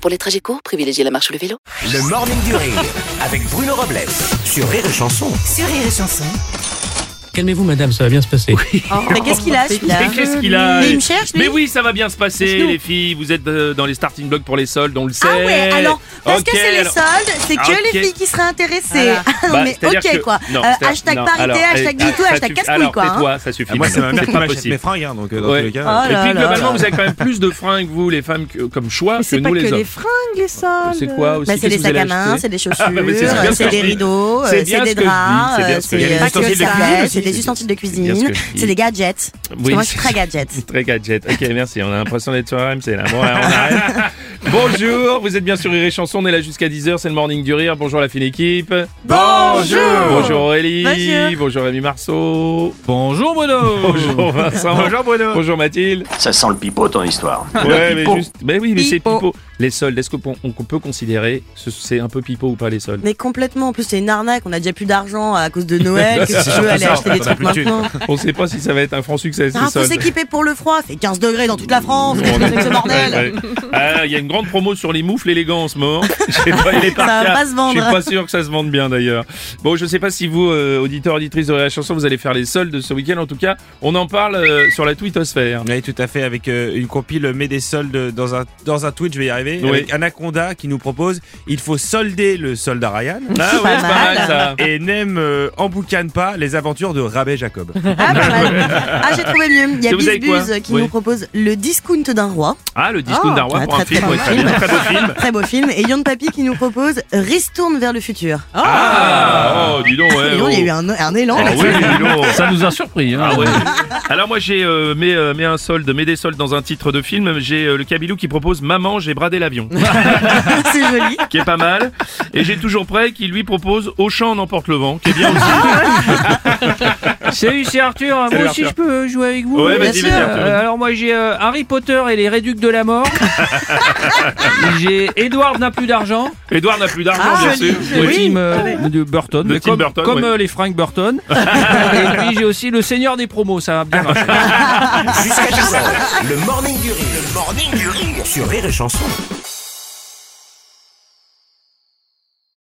Pour les trajets courts, privilégiez la marche ou le vélo. Le Morning du Rire avec Bruno Robles sur Rire et Chanson. Calmez-vous, madame, ça va bien se passer. Mais qu'est-ce qu'il a celui-là Mais qu'est-ce qu'il a Mais il me cherche, lui Mais oui, ça va bien se passer, Laisse-nous. les filles. Vous êtes euh, dans les starting blocks pour les soldes, on le sait. Ah ouais, alors, parce Ok, que c'est les alors- soldes, c'est que Ah, ok. les filles qui seraient intéressées. Ah non, Bah, mais c'est-à-dire ok que- quoi. non, Euh, c'est-à-dire- hashtag non, parité, alors, hashtag eh, du tout, ça hashtag suffit. casse-couille Alors, quoi. hein. tais-toi, ça suffit. Moi, c'est ma mère C'est qui pas m'achète mes possible. fringues, hein, donc euh, dans Ouais. tous les cas. Ah, euh, là Et puis là globalement, là. vous avez quand même plus de fringues, vous, les femmes, que- comme choix, Mais que c'est pas nous, que les hommes. les fringues, les soldes. C'est quoi aussi Bah, C'est Qu'est-ce des que sacs vous à allez main, acheter c'est des Ah, bah, mais c'est bien chaussures, ce que c'est je des dis. rideaux, C'est euh, bien c'est des ce que je dis, draps, c'est euh, bien ce que c'est je dis. des Il y a des ustensiles de ustensiles de cuisine, cuisine c'est des aussi. ustensiles de bien ce que cuisine, je dis. c'est des gadgets. Parce que Oui, moi je suis c'est très ça. gadget. Très gadget. Ok, merci. On a l'impression d'être sur RMC là. Bon, là, on arrête. Bonjour, vous êtes bien sur Rire et Chanson. On est là jusqu'à 10h. C'est le morning du rire. Bonjour la fine équipe. Bonjour. Bonjour Aurélie. Bonjour. Rémi Marceau. Bonjour, Bruno Bonjour Vincent. Bonjour Bruno. Bonjour Mathilde. Ça sent le pipeau ton histoire. Ouais, mais juste. Mais oui, mais c'est Pipo. pipo. Les soldes, est-ce qu'on on peut considérer ce- c'est un peu pipo ou pas les soldes Mais complètement, en plus c'est une arnaque, on a déjà plus d'argent à cause de Noël, que tu veux aller ça, acheter des on a trucs plus de thunes. maintenant. On sait pas si ça va être un franc succès ces Ah, faut soldes. s'équiper pour le froid, fait 15 degrés dans toute la France, On qu'est-ce que est- c'est que ce bordel Ouais, ouais. Ah, Il y a une grande promo sur les moufles élégants en ce moment. Je sais pas, il est Ça par va carte. pas se vendre. Je suis pas sûr que ça se vende bien d'ailleurs. Bon, je sais pas si vous, euh, auditeurs, auditrices de la chanson, vous allez faire les soldes ce week-end. En tout cas, on en parle euh, sur la twittosphère. Oui, tout à fait, avec euh, une compile met des soldes dans un, dans un tweet, je vais y arriver. Oui. Avec Anaconda qui nous propose il faut solder le soldat Ryan Ah ouais, pas c'est pas mal mal. ça. et n'aime euh, emboucane pas les aventures de Rabé Jacob. Ah, pas mal. Ah, j'ai trouvé mieux. Il y a Vous avez quoi Bisbuse qui Oui. nous propose le discount d'un roi. Ah, le discours Oh, d'un roi ah, pour très, un film. très ouais, bon très film. bien, très beau film. Très beau film. Et Yon Papi qui nous propose Ristourne vers le futur. Ah, oh, dis donc, ouais. Et donc, il y a oh. eu un, un élan. Ah là. oui, dis donc. Ça nous a surpris. Hein. Ah ouais. Alors moi j'ai euh, mis, euh, mis un solde, mets des soldes dans un titre de film. J'ai euh, le Cabilou qui propose Maman, j'ai bradé l'avion, C'est joli. qui est pas mal. Et j'ai toujours prêt qui lui propose Auchan en emporte le vent, qui est bien aussi. Ah, Salut, c'est Arthur. Moi Salut, aussi, Arthur. je peux jouer avec vous. Ouais, bien vas-y, sûr. vas-y, Arthur. Euh, alors moi j'ai euh, Harry Potter et les réducs de la mort. j'ai Edward n'a plus d'argent. Edouard n'a plus d'argent, Ah, bien joli, sûr. Le Oui. team euh, de Burton. Le mais team comme Burton, comme, ouais. euh, les Frank Burton. et puis j'ai aussi le Seigneur des promos. Ça va bien marcher. Jusqu'à 10h, le Morning du Rire. Le Morning du Rire sur Rire et Chanson.